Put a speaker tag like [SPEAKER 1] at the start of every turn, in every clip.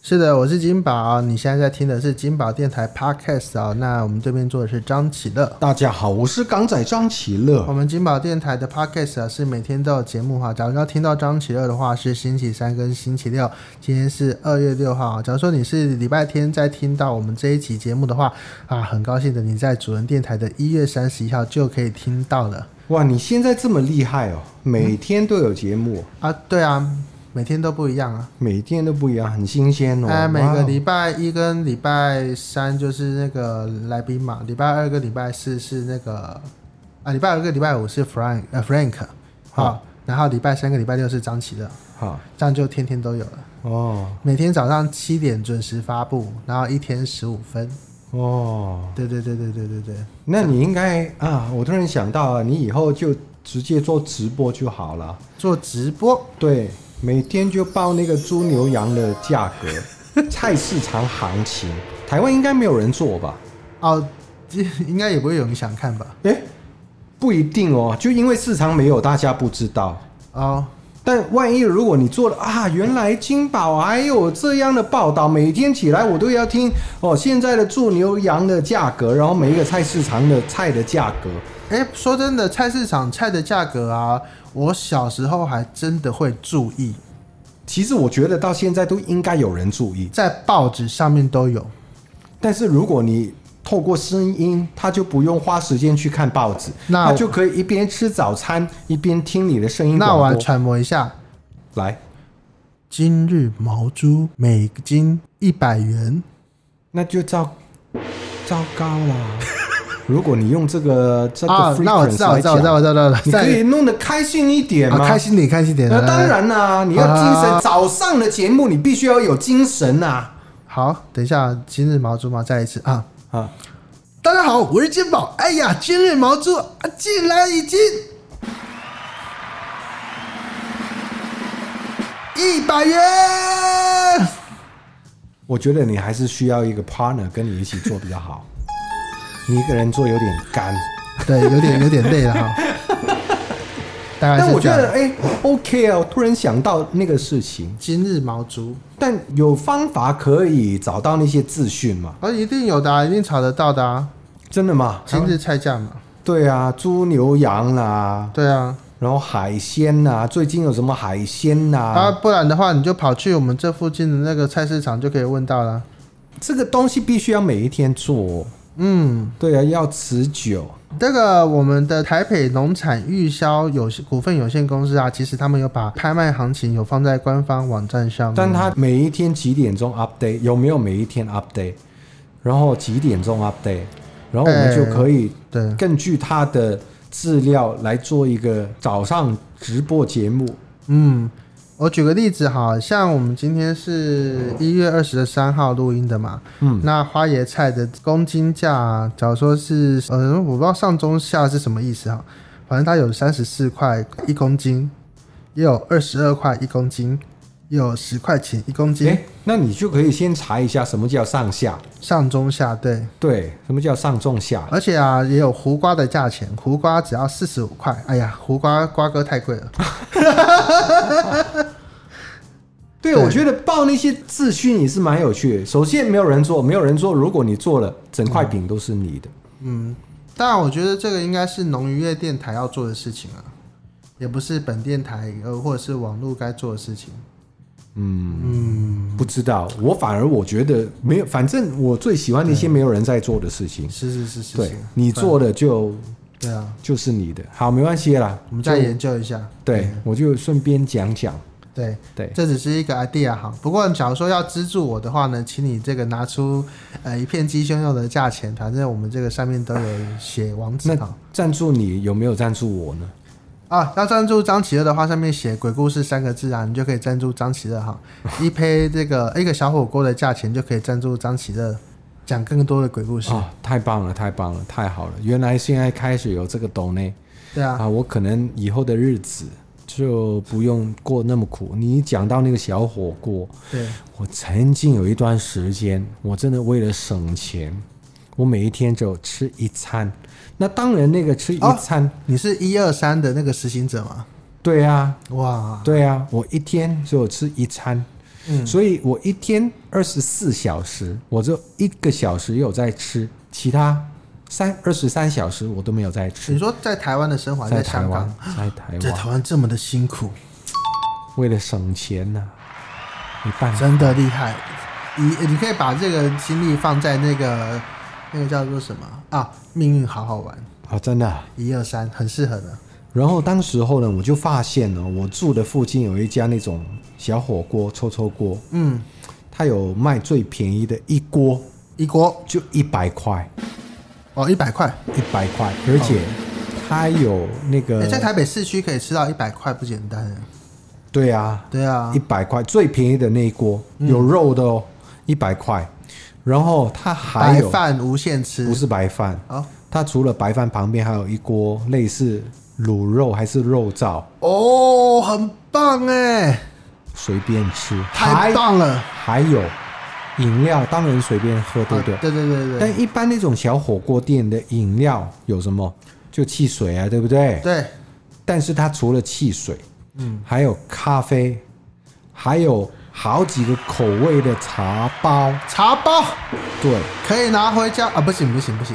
[SPEAKER 1] 是的，我是金宝、你现在在听的是金宝电台 Podcast 啊、那我们这边做的是张启乐。
[SPEAKER 2] 大家好，我是港仔张启
[SPEAKER 1] 我
[SPEAKER 2] 乐。
[SPEAKER 1] 们金宝电台的 podcast 啊是每天都有节目哈。假如要听到张启乐的话，是星期三跟星期六。今天是二月六号啊。假如说你是礼拜天再听到我们这一期节目的话，啊，很高兴的你在主人电台的一月三十一号就可以听到了
[SPEAKER 2] 哇，你现在这么厉害哦，每天都有节目，
[SPEAKER 1] 啊。对啊，每天都不一样啊。
[SPEAKER 2] 每天都不一样，很新鲜哦。
[SPEAKER 1] 哎，每
[SPEAKER 2] 哇
[SPEAKER 1] 个
[SPEAKER 2] 哦
[SPEAKER 1] 礼拜一跟礼拜三就是那个来宾嘛，礼拜二跟礼拜四是那个啊，礼拜二跟礼拜五是 Frank 呃 Frank 好、
[SPEAKER 2] 好
[SPEAKER 1] 然后礼拜三跟礼拜六是张启乐。
[SPEAKER 2] 哈
[SPEAKER 1] 这样就天天都有了。
[SPEAKER 2] 哦
[SPEAKER 1] 每天早上七点准时发布，然后一天十五分。
[SPEAKER 2] 哦，
[SPEAKER 1] 对对对对对对对，
[SPEAKER 2] 那你应该啊，我突然想到啊，你以后就直接做直播就好了。
[SPEAKER 1] 做直播
[SPEAKER 2] 对，每天就报那个猪牛羊的价 格，菜市场行情。台湾应该没有人做吧？
[SPEAKER 1] 哦， 这应该也不会有人想看吧？
[SPEAKER 2] 诶，不一定哦，就因为市场没有，大家不知道。
[SPEAKER 1] 哦，
[SPEAKER 2] 但万一如果你做了啊，原来金宝还有哎这样的报道，每天起来我都要听哦，现在的猪牛羊的价格，然后每一个菜市场的菜的价格，
[SPEAKER 1] 哎，说真的，菜市场菜的价格啊，我小时候还真的会注意，
[SPEAKER 2] 其实我觉得到现在都应该有人注意。
[SPEAKER 1] 在报纸上面都有。
[SPEAKER 2] 但是如果你透过声音，他就不用花时间去看报纸，
[SPEAKER 1] 那
[SPEAKER 2] 他就可以一边吃早餐一边听你的声音
[SPEAKER 1] 那我
[SPEAKER 2] 广
[SPEAKER 1] 来
[SPEAKER 2] 播。
[SPEAKER 1] 揣摩一下，
[SPEAKER 2] 来，
[SPEAKER 1] 今日毛猪每斤一百元，
[SPEAKER 2] 那就糟糟糕 啦！如果你用这个这个
[SPEAKER 1] 啊，那我知道，我
[SPEAKER 2] frequency 来
[SPEAKER 1] 知道，我知道，
[SPEAKER 2] 讲，
[SPEAKER 1] 我知道了。
[SPEAKER 2] 你可以
[SPEAKER 1] 再
[SPEAKER 2] 弄得开心一点
[SPEAKER 1] 啊，
[SPEAKER 2] 嘛。
[SPEAKER 1] 开心点，开心点。
[SPEAKER 2] 那
[SPEAKER 1] 来
[SPEAKER 2] 当，然啦、你要精神。
[SPEAKER 1] 啊
[SPEAKER 2] 早上的节目你必须要有精神呐、
[SPEAKER 1] 好，等一下，今日毛猪嘛，再一次啊。
[SPEAKER 2] 啊！啊，
[SPEAKER 1] 大家好，我是金宝。哎呀，今日毛猪啊，竟然已经一百 元。
[SPEAKER 2] 我觉得你还是需要一个 partner 跟你一起做比 较好。你一个人做有点干。
[SPEAKER 1] 对，有点有点累了 哈。大概
[SPEAKER 2] 但
[SPEAKER 1] 是
[SPEAKER 2] 我
[SPEAKER 1] 这
[SPEAKER 2] 觉得
[SPEAKER 1] 样。
[SPEAKER 2] 哎、o k 啊，我突然想到那个事情，
[SPEAKER 1] 今日毛猪，
[SPEAKER 2] 但有方法可以找到那些资讯嘛？
[SPEAKER 1] 啊，一定有的、啊，一定查得到的啊。
[SPEAKER 2] 真的吗？
[SPEAKER 1] 今日菜价嘛，
[SPEAKER 2] 对啊，猪牛羊啦、
[SPEAKER 1] 对啊，
[SPEAKER 2] 然后海鲜呐、最近有什么海鲜呐、
[SPEAKER 1] 啊，不然的话你就跑去我们这附近的那个菜市场就可以问到了。
[SPEAKER 2] 这个东西必须要每一天做。
[SPEAKER 1] 嗯。
[SPEAKER 2] 对啊，要持久。
[SPEAKER 1] 这个我们的台北农产预销有限股份有限公司啊，其实他们有把拍卖行情有放在官方网站上面，
[SPEAKER 2] 但它每一天几点钟 update 有没有每一天 update，然后几点钟 update，然后我们就可以
[SPEAKER 1] 对
[SPEAKER 2] 根据它的资料来做一个早上直播节目。
[SPEAKER 1] 嗯，我举个例子哈，像我们今天是一月二十三号录音的嘛，
[SPEAKER 2] 嗯，
[SPEAKER 1] 那花椰菜的公斤价，啊假如说是呃，我不知道上中下是什么意思哈，反正它有三十四块一公斤，也有二十二块一公斤，也有十块钱一公斤，
[SPEAKER 2] 诶，那你就可以先查一下什么叫上下，
[SPEAKER 1] 上中下对。
[SPEAKER 2] 对，什么叫上中下，
[SPEAKER 1] 而且啊，也有胡瓜的价钱，胡瓜只要四十五块。哎呀，胡瓜瓜哥太贵了。
[SPEAKER 2] 对，
[SPEAKER 1] 对
[SPEAKER 2] 我觉得报那些资讯也是蛮有趣的。首先没有人做，没有人做，如果你做了，整块饼都是你的。
[SPEAKER 1] 当然，我觉得这个应该是农渔业电台要做的事情啊，也不是本电台呃或者是网络该做的事情。
[SPEAKER 2] 不知道，我反而我觉得没有，反正我最喜欢那些没有人在做的事情。
[SPEAKER 1] 是是是是
[SPEAKER 2] 对
[SPEAKER 1] 是，
[SPEAKER 2] 你做的就
[SPEAKER 1] 对啊，
[SPEAKER 2] 就是你的，好，没关系啦。
[SPEAKER 1] 我们再研究一下。
[SPEAKER 2] 对，我就顺便讲讲。
[SPEAKER 1] 对，
[SPEAKER 2] 对，
[SPEAKER 1] 这只是一个 idea 哈。不过，假如说要资助我的话呢，请你这个拿出呃一片鸡胸肉的价钱，反正我们这个上面都有写网址
[SPEAKER 2] 那
[SPEAKER 1] 哈。
[SPEAKER 2] 赞助你有没有赞助我呢？
[SPEAKER 1] 啊，要赞助张启乐的话，上面写“鬼故事”三个字啊，你就可以赞助张启乐 哈。一杯这个一个小火锅的价钱就可以赞助张启乐，讲更多的鬼故事。
[SPEAKER 2] 啊，太棒了，太棒了，太好了！原来现在开始有这个抖内
[SPEAKER 1] 对啊，
[SPEAKER 2] 啊，我可能以后的日子就不用过那么苦。你一讲到那个小火锅，
[SPEAKER 1] 对，
[SPEAKER 2] 我曾经有一段时间，我真的为了省钱，我每一天只有吃一餐。那当然，那个吃一餐，
[SPEAKER 1] 你是一二三的那个实行者吗？
[SPEAKER 2] 对啊，
[SPEAKER 1] 哇，
[SPEAKER 2] 对啊，我一天只有吃一餐，
[SPEAKER 1] 嗯
[SPEAKER 2] 所以我一天二十四小时，我就一个小时有在吃，其他三二十三小时我都没有在吃。
[SPEAKER 1] 你说在台湾的生活，还
[SPEAKER 2] 在
[SPEAKER 1] 是在
[SPEAKER 2] 台
[SPEAKER 1] 香
[SPEAKER 2] 湾
[SPEAKER 1] 港，，
[SPEAKER 2] 在 台
[SPEAKER 1] 在
[SPEAKER 2] 湾，
[SPEAKER 1] 台湾这么的辛苦，
[SPEAKER 2] 为了省钱呐、没办法。
[SPEAKER 1] 真的厉害。你你可以把这个精力放在那个那个叫做什么啊？命运好好玩，
[SPEAKER 2] 啊，真的啊、
[SPEAKER 1] 一二三，很适合的。
[SPEAKER 2] 然后当时候呢，我就发现呢，我住的附近有一家那种小火锅、臭臭锅，
[SPEAKER 1] 嗯，
[SPEAKER 2] 它有卖最便宜的一锅
[SPEAKER 1] 一锅
[SPEAKER 2] 就一百块，
[SPEAKER 1] 哦，一百块。
[SPEAKER 2] 一百块，而且它有那个，
[SPEAKER 1] 哎哦在台北市区可以吃到一百块，不简单哎。
[SPEAKER 2] 对啊，
[SPEAKER 1] 对啊
[SPEAKER 2] 一，百块最便宜的那一锅
[SPEAKER 1] 嗯
[SPEAKER 2] 有肉的哦，一百块。然后它还
[SPEAKER 1] 白
[SPEAKER 2] 有
[SPEAKER 1] 饭无限吃。
[SPEAKER 2] 不是白饭，
[SPEAKER 1] 哦
[SPEAKER 2] 它除了白饭旁边还有一锅类似卤肉还是肉燥，
[SPEAKER 1] 哦，很棒哎，
[SPEAKER 2] 随便吃，
[SPEAKER 1] 太
[SPEAKER 2] 还
[SPEAKER 1] 棒了。
[SPEAKER 2] 还有饮料，当然随便喝，对不对？
[SPEAKER 1] 啊对对对对
[SPEAKER 2] 但一般那种小火锅店的饮料有什么？就汽水啊，对不对？
[SPEAKER 1] 对，
[SPEAKER 2] 但是它除了汽水，
[SPEAKER 1] 嗯，
[SPEAKER 2] 还有咖啡，还有好几个口味的茶包。
[SPEAKER 1] 茶包
[SPEAKER 2] 对，
[SPEAKER 1] 可以拿回家啊！不行不行不行，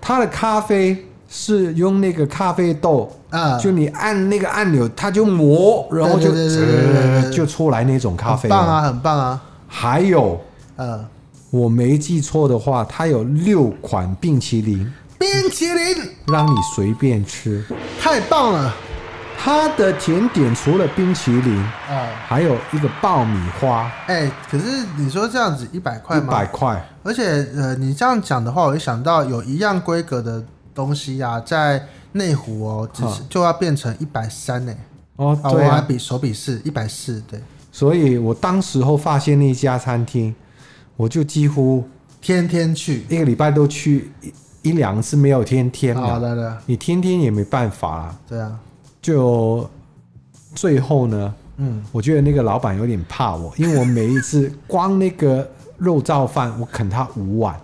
[SPEAKER 2] 它的咖啡是用那个咖啡豆，
[SPEAKER 1] 啊
[SPEAKER 2] 就你按那个按钮，它就磨，然后就
[SPEAKER 1] 对对对对对对对对
[SPEAKER 2] 就出来那种咖啡
[SPEAKER 1] 很
[SPEAKER 2] 哦。
[SPEAKER 1] 棒啊，很棒啊，
[SPEAKER 2] 还有，
[SPEAKER 1] 呃，
[SPEAKER 2] 我没记错的话，它有六款冰淇淋。
[SPEAKER 1] 冰淇淋
[SPEAKER 2] 让你随便吃。
[SPEAKER 1] 太棒了，
[SPEAKER 2] 它的甜点除了冰淇淋，
[SPEAKER 1] 啊，
[SPEAKER 2] 还有一个爆米花，
[SPEAKER 1] 哎，可是你说这样子一百块
[SPEAKER 2] 一百
[SPEAKER 1] 吗？
[SPEAKER 2] 块。
[SPEAKER 1] 而且呃，你这样讲的话，我就想到有一样规格的东西啊，在内湖哦，只是就要变成一百三呢。
[SPEAKER 2] 哦，
[SPEAKER 1] 啊，
[SPEAKER 2] 对
[SPEAKER 1] 我还
[SPEAKER 2] 啊，
[SPEAKER 1] 比手比试一百四，对，
[SPEAKER 2] 所以我当时候发现那家餐厅，我就几乎
[SPEAKER 1] 天天去。
[SPEAKER 2] 一个礼拜都去一一两次，没有天天
[SPEAKER 1] 好
[SPEAKER 2] 嘛。
[SPEAKER 1] 的了，
[SPEAKER 2] 你天天也没办法啦。
[SPEAKER 1] 对啊，
[SPEAKER 2] 就最后呢，
[SPEAKER 1] 嗯，
[SPEAKER 2] 我觉得那个老板有点怕我，因为我每一次光那个肉燥饭，我啃他五碗，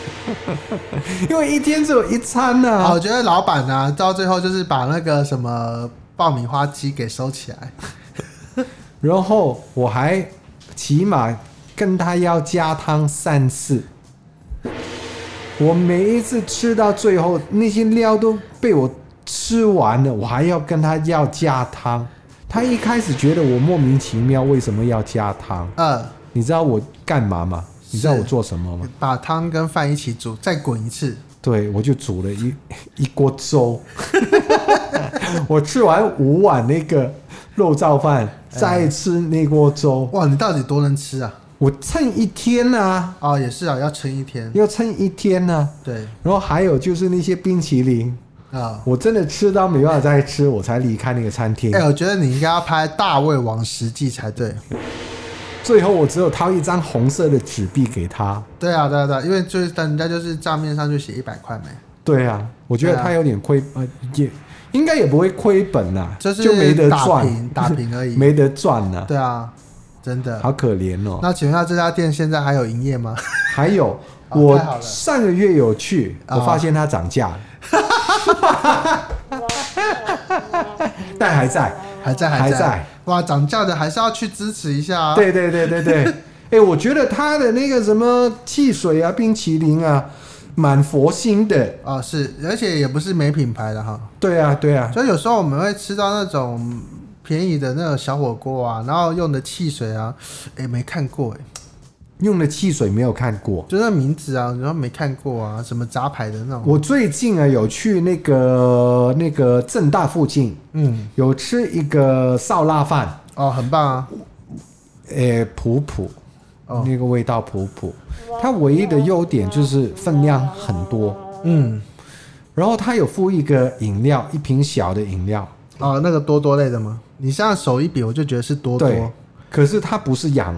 [SPEAKER 2] 因为一天只有一餐呢、
[SPEAKER 1] 啊，我觉得老板呢、啊，到最后就是把那个什么爆米花机给收起来。
[SPEAKER 2] 然后我还起码跟他要加汤三次。我每一次吃到最后，那些料都被我吃完了，我还要跟他要加汤。他一开始觉得我莫名其妙为什么要加汤，
[SPEAKER 1] 呃，
[SPEAKER 2] 你知道我干嘛吗？你知道我做什么吗？
[SPEAKER 1] 把汤跟饭一起煮，再滚一次。
[SPEAKER 2] 对，我就煮了一 一锅粥。 我吃完五碗那个肉燥饭，再吃那锅粥，
[SPEAKER 1] 哇，你到底多能吃啊？
[SPEAKER 2] 我蹭一天呐、啊，
[SPEAKER 1] 哦，也是啊，要撑一天。
[SPEAKER 2] 要蹭一天呐、啊。
[SPEAKER 1] 对，
[SPEAKER 2] 然后还有就是那些冰淇淋，
[SPEAKER 1] 啊、
[SPEAKER 2] 我真的吃到没办法再吃，我才离开那个餐厅
[SPEAKER 1] 哎、。我觉得你应该要拍《大胃王实记》才对。
[SPEAKER 2] 最后我只有掏一张红色的纸币给他。
[SPEAKER 1] 对啊，对啊，对啊，因为就是但人家就是账面上就写一百块没，
[SPEAKER 2] 对啊，我觉得
[SPEAKER 1] 对啊
[SPEAKER 2] 他有点亏，呃，也应该也不会亏本呐、
[SPEAKER 1] 就是
[SPEAKER 2] 没得
[SPEAKER 1] 打
[SPEAKER 2] 赚，
[SPEAKER 1] 平打 平而已。
[SPEAKER 2] 没得赚呐、
[SPEAKER 1] 对啊，真的。
[SPEAKER 2] 好可怜哦。
[SPEAKER 1] 那请问一下，这家店现在还有营业吗？
[SPEAKER 2] 还有，
[SPEAKER 1] 好
[SPEAKER 2] 我
[SPEAKER 1] 太好了
[SPEAKER 2] 上个月有去，
[SPEAKER 1] 啊
[SPEAKER 2] 我发现它涨价了，但还在。
[SPEAKER 1] 还在，
[SPEAKER 2] 还
[SPEAKER 1] 在。
[SPEAKER 2] 在
[SPEAKER 1] 哇，涨价的还是要去支持一下啊。
[SPEAKER 2] 对对对 对对，哎，我觉得它的那个什么汽水啊、冰淇淋啊，蛮佛心的。
[SPEAKER 1] 啊、是，而且也不是没品牌的哈。
[SPEAKER 2] 对啊，对啊，
[SPEAKER 1] 所以有时候我们会吃到那种便宜的那种小火锅啊，然后用的汽水啊，哎、没看过哎、
[SPEAKER 2] 用的汽水没有看过。
[SPEAKER 1] 就那名字啊，然后没看过啊，什么杂牌的那种。
[SPEAKER 2] 我最近啊有去那个那个正大附近，
[SPEAKER 1] 嗯，
[SPEAKER 2] 有吃一个烧腊饭，
[SPEAKER 1] 哦，很棒啊，
[SPEAKER 2] 诶，普普，
[SPEAKER 1] 哦
[SPEAKER 2] 那个味道普普。它唯一的优点就是分量很多，
[SPEAKER 1] 嗯，
[SPEAKER 2] 然后它有附一个饮料，一瓶小的饮料，
[SPEAKER 1] 哦，那个多多类的吗？你这样手一比，我就觉得是多
[SPEAKER 2] 对
[SPEAKER 1] 多，。
[SPEAKER 2] 可是它不是养，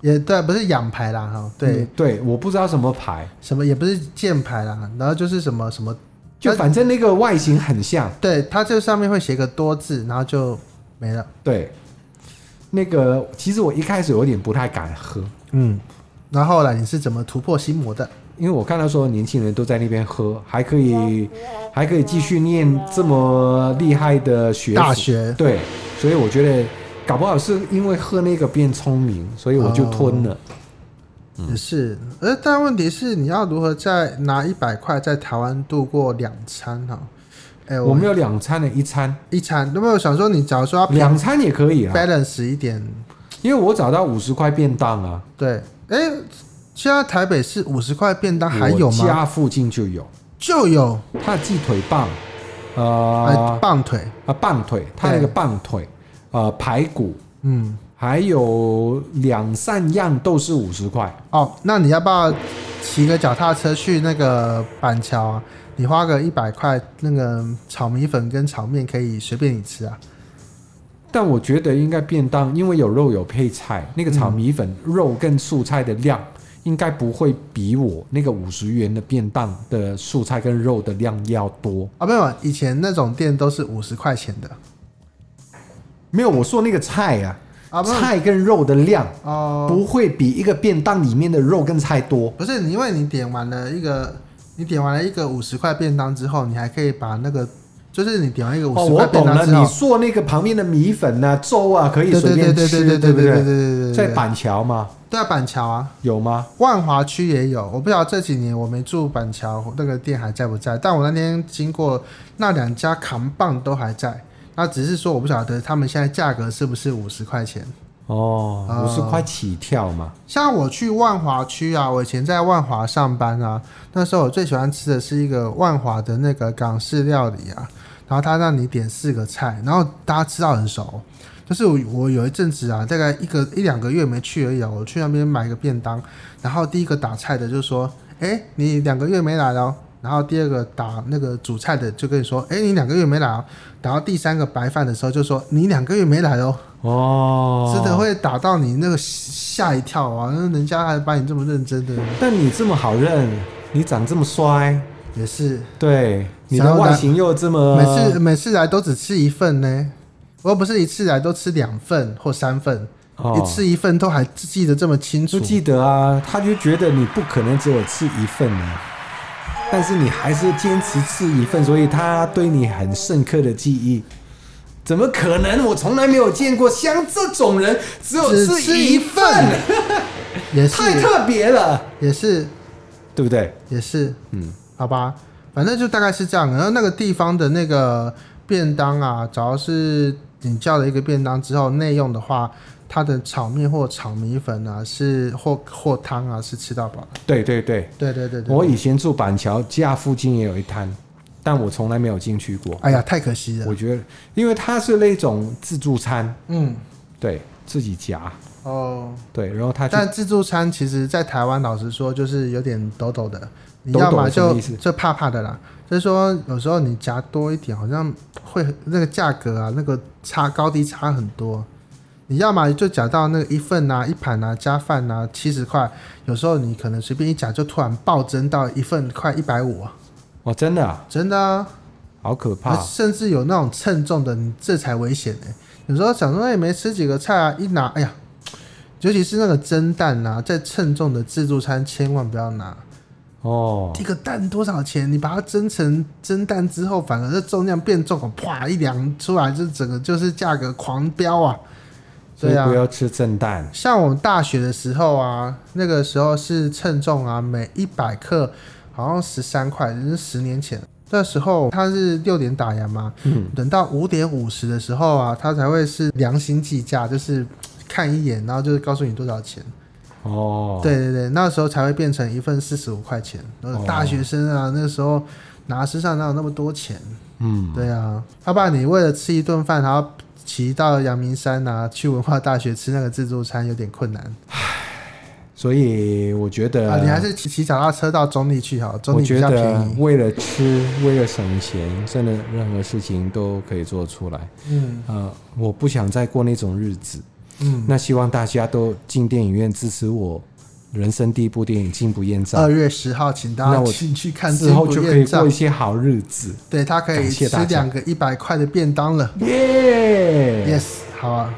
[SPEAKER 1] 也对，不是养牌啦哈，对，
[SPEAKER 2] 嗯对，我不知道什么牌，
[SPEAKER 1] 什么也不是箭牌啦，然后就是什么什么，
[SPEAKER 2] 就
[SPEAKER 1] 它
[SPEAKER 2] 反正那个外形很像，
[SPEAKER 1] 对，它这上面会写个多字，然后就没了。
[SPEAKER 2] 对。那个其实我一开始有点不太敢喝，
[SPEAKER 1] 嗯，然后后来你是怎么突破心魔的？
[SPEAKER 2] 因为我看到说年轻人都在那边喝，还可以，还可以继续念这么厉害的学府
[SPEAKER 1] 大学
[SPEAKER 2] 对，所以我觉得搞不好是因为喝那个变聪明，所以我就吞
[SPEAKER 1] 哦
[SPEAKER 2] 了。嗯
[SPEAKER 1] 也是，呃，但问题是你要如何在拿一百块在台湾度过两餐哈、哎、
[SPEAKER 2] 我
[SPEAKER 1] 我
[SPEAKER 2] 们
[SPEAKER 1] 们
[SPEAKER 2] 有两餐的，一餐
[SPEAKER 1] 一餐，那么我想说，你假如说要平
[SPEAKER 2] 两餐也可以啊，
[SPEAKER 1] balance 一点，
[SPEAKER 2] 因为我找到五十块便当啊，
[SPEAKER 1] 对，哎、现在台北市五十块便当还有
[SPEAKER 2] 我
[SPEAKER 1] 吗？
[SPEAKER 2] 家附近就有，
[SPEAKER 1] 就有，
[SPEAKER 2] 它的鸡腿棒，
[SPEAKER 1] 哎、
[SPEAKER 2] 呃
[SPEAKER 1] 棒腿，
[SPEAKER 2] 啊棒腿，它那个棒腿，呃排骨，
[SPEAKER 1] 嗯，
[SPEAKER 2] 还有两三样都是五十块。
[SPEAKER 1] 哦，那你要不要骑个脚踏车去那个板桥啊？你花个一百块，那个炒米粉跟炒面可以随便你吃啊。
[SPEAKER 2] 但我觉得应该便当，因为有肉有配菜，那个炒米粉、肉跟素菜的量应该不会比我那个五十元的便当的素菜跟肉的量要多。
[SPEAKER 1] 啊，没有，以前那种店都是五十块钱的
[SPEAKER 2] 没有，我说那个菜啊，
[SPEAKER 1] 啊，不是
[SPEAKER 2] 菜跟肉的量
[SPEAKER 1] 哦，
[SPEAKER 2] 不会比一个便当里面的肉跟菜多。
[SPEAKER 1] 不是，你因为你点完了一个，你点完了一个五十块便当之后，你还可以把那个，就是你点完一个五
[SPEAKER 2] 哦，
[SPEAKER 1] 十
[SPEAKER 2] 我
[SPEAKER 1] 块便
[SPEAKER 2] 懂
[SPEAKER 1] 当
[SPEAKER 2] 了，
[SPEAKER 1] 之
[SPEAKER 2] 你
[SPEAKER 1] 后，
[SPEAKER 2] 做那个旁边的米粉啊、粥啊，可以
[SPEAKER 1] 对
[SPEAKER 2] 随
[SPEAKER 1] 对对
[SPEAKER 2] 便
[SPEAKER 1] 对对
[SPEAKER 2] 吃，
[SPEAKER 1] 对
[SPEAKER 2] 不
[SPEAKER 1] 对对对
[SPEAKER 2] 对？
[SPEAKER 1] 对，
[SPEAKER 2] 在板桥吗？
[SPEAKER 1] 对啊板桥啊，
[SPEAKER 2] 有吗？
[SPEAKER 1] 万华区也有，我不晓得这几年我没住板桥那个店还在不在，但我那天经过那两家扛棒都还在，那只是说我不晓得他们现在价格是不是五十块钱。
[SPEAKER 2] 哦，
[SPEAKER 1] 啊
[SPEAKER 2] 五十块起跳嘛。
[SPEAKER 1] 像我去万华区啊，我以前在万华上班啊，那时候我最喜欢吃的是一个万华的那个港式料理啊，然后他让你点四个菜，然后大家吃到很熟。就是我我有一阵子啊，大概一个一两个月没去而已啊，我去那边买个便当，然后第一个打菜的就说：“哎、你两个月没来了哦。”然后第二个打那个主菜的就跟你说：“哎、你两个月没来、哦。”然后第三个白饭的时候就说：“你两个月没来哦。”
[SPEAKER 2] 哦，
[SPEAKER 1] 真的会打到你那个吓一跳啊！那人家还把你这么认真的，
[SPEAKER 2] 但你这么好认，你长这么帅，
[SPEAKER 1] 也是
[SPEAKER 2] 对，你的外形又这么，
[SPEAKER 1] 每次每次来都只吃一份呢，我又不是一次来都吃两份或三份，
[SPEAKER 2] 哦
[SPEAKER 1] 一次一份都还记得这么清楚
[SPEAKER 2] 就。记得啊，他就觉得你不可能只有吃一份啊，但是你还是坚持吃一份，所以他对你很深刻的记忆。怎么可能？我从来没有见过像这种人，只有
[SPEAKER 1] 只
[SPEAKER 2] 吃
[SPEAKER 1] 吃
[SPEAKER 2] 一
[SPEAKER 1] 一
[SPEAKER 2] 份，
[SPEAKER 1] 也是
[SPEAKER 2] 太特别了，
[SPEAKER 1] 也是
[SPEAKER 2] 对不对？
[SPEAKER 1] 也是，
[SPEAKER 2] 嗯，
[SPEAKER 1] 好吧，反正就大概是这样。然后那个地方的那个便当啊，只要是你叫了一个便当之后，内用的话，它的炒面或炒米粉啊，是或或汤啊，是吃到饱的。
[SPEAKER 2] 对对对，
[SPEAKER 1] 对对对对，
[SPEAKER 2] 我以前住板桥家附近也有一摊，但我从来没有进去过。
[SPEAKER 1] 哎呀，太可惜了。
[SPEAKER 2] 我觉得，因为它是那种自助餐，
[SPEAKER 1] 嗯，
[SPEAKER 2] 对自己夹，
[SPEAKER 1] 哦，
[SPEAKER 2] 对，然后它就
[SPEAKER 1] 但自助餐其实，在台湾老实说，就是有点抖抖的。你
[SPEAKER 2] 抖抖
[SPEAKER 1] 要么
[SPEAKER 2] 什
[SPEAKER 1] 就
[SPEAKER 2] 么意思
[SPEAKER 1] 就怕怕的啦，就是说有时候你夹多一点，好像会那个价格啊，那个差高低差很多。你要么就夹到那个一份啊、一盘啊、加饭啊，七十块。有时候你可能随便一夹，就突然暴增到一份快一百五，啊
[SPEAKER 2] 哦，真的、啊、
[SPEAKER 1] 真的啊！
[SPEAKER 2] 好可
[SPEAKER 1] 啊
[SPEAKER 2] 怕，
[SPEAKER 1] 甚至有那种称重的，你这才危险呢、有时候想说，哎、没吃几个菜啊，一拿，哎呀，尤其是那个蒸蛋啊，在称重的自助餐千万不要拿。
[SPEAKER 2] 哦，
[SPEAKER 1] 一个蛋多少钱？你把它蒸成蒸蛋之后，反而这重量变重了，啪一量出来，这整个就是价格狂飙啊！
[SPEAKER 2] 所以
[SPEAKER 1] 对啊
[SPEAKER 2] 不，要吃蒸蛋，
[SPEAKER 1] 像我们大学的时候啊，那个时候是称重啊，每一百克好像十三块，那是十年前。那时候它是六点打烊嘛，
[SPEAKER 2] 嗯
[SPEAKER 1] 等到五点五十的时候啊，它才会是良心计价，就是看一眼，然后就是告诉你多少钱。
[SPEAKER 2] 哦，，
[SPEAKER 1] 对对对，那时候才会变成一份四十五块钱。呃
[SPEAKER 2] 哦
[SPEAKER 1] 大学生啊，那时候拿身上哪有那么多钱？
[SPEAKER 2] 嗯，
[SPEAKER 1] 对啊，要不然你为了吃一顿饭，还要骑到阳明山啊，去文化大学吃那个自助餐，有点困难。
[SPEAKER 2] 所以我觉得，
[SPEAKER 1] 啊，你还是骑骑脚踏车到中立去好，中
[SPEAKER 2] 我
[SPEAKER 1] 立比
[SPEAKER 2] 觉
[SPEAKER 1] 较
[SPEAKER 2] 得
[SPEAKER 1] 便宜。
[SPEAKER 2] 为了吃，为了省钱，真的任何事情都可以做出来。
[SPEAKER 1] 嗯
[SPEAKER 2] 呃，我不想再过那种日子。
[SPEAKER 1] 嗯，
[SPEAKER 2] 那希望大家都进电影院支持我，人生第一部电影《进不厌诈
[SPEAKER 1] 二》，月十号，请大
[SPEAKER 2] 那
[SPEAKER 1] 家
[SPEAKER 2] 我
[SPEAKER 1] 进去呃看《
[SPEAKER 2] 之后
[SPEAKER 1] 金
[SPEAKER 2] 就
[SPEAKER 1] 不
[SPEAKER 2] 可以
[SPEAKER 1] 厌诈
[SPEAKER 2] 过一》，些好日子。
[SPEAKER 1] 对他可以
[SPEAKER 2] 感谢
[SPEAKER 1] 吃
[SPEAKER 2] 大家
[SPEAKER 1] 两个一百块的便当了。
[SPEAKER 2] 耶
[SPEAKER 1] Yes，好啊，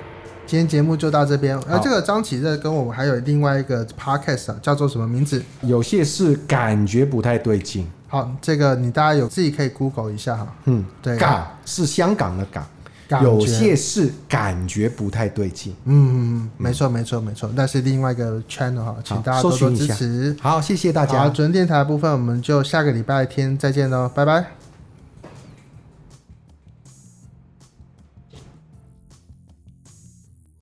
[SPEAKER 1] 今天节目就到这边。那、
[SPEAKER 2] 好
[SPEAKER 1] 这个张启乐跟我还有另外一个 podcast 啊，叫做什么名字？
[SPEAKER 2] 有些事感觉不太对劲。
[SPEAKER 1] 好，这个你大家有自己可以 Google 一下哈。
[SPEAKER 2] 嗯，
[SPEAKER 1] 对，
[SPEAKER 2] 港是香港的港，
[SPEAKER 1] 感觉
[SPEAKER 2] 有些事感觉不太对劲。
[SPEAKER 1] 嗯，没错，没错，没错，那是另外一个 channel 哈，请大家多多
[SPEAKER 2] 搜寻一
[SPEAKER 1] 支
[SPEAKER 2] 下
[SPEAKER 1] 持。
[SPEAKER 2] 好，谢谢大
[SPEAKER 1] 好，
[SPEAKER 2] 家，
[SPEAKER 1] 准电台的部分我们就下个礼拜天再见喽，拜拜。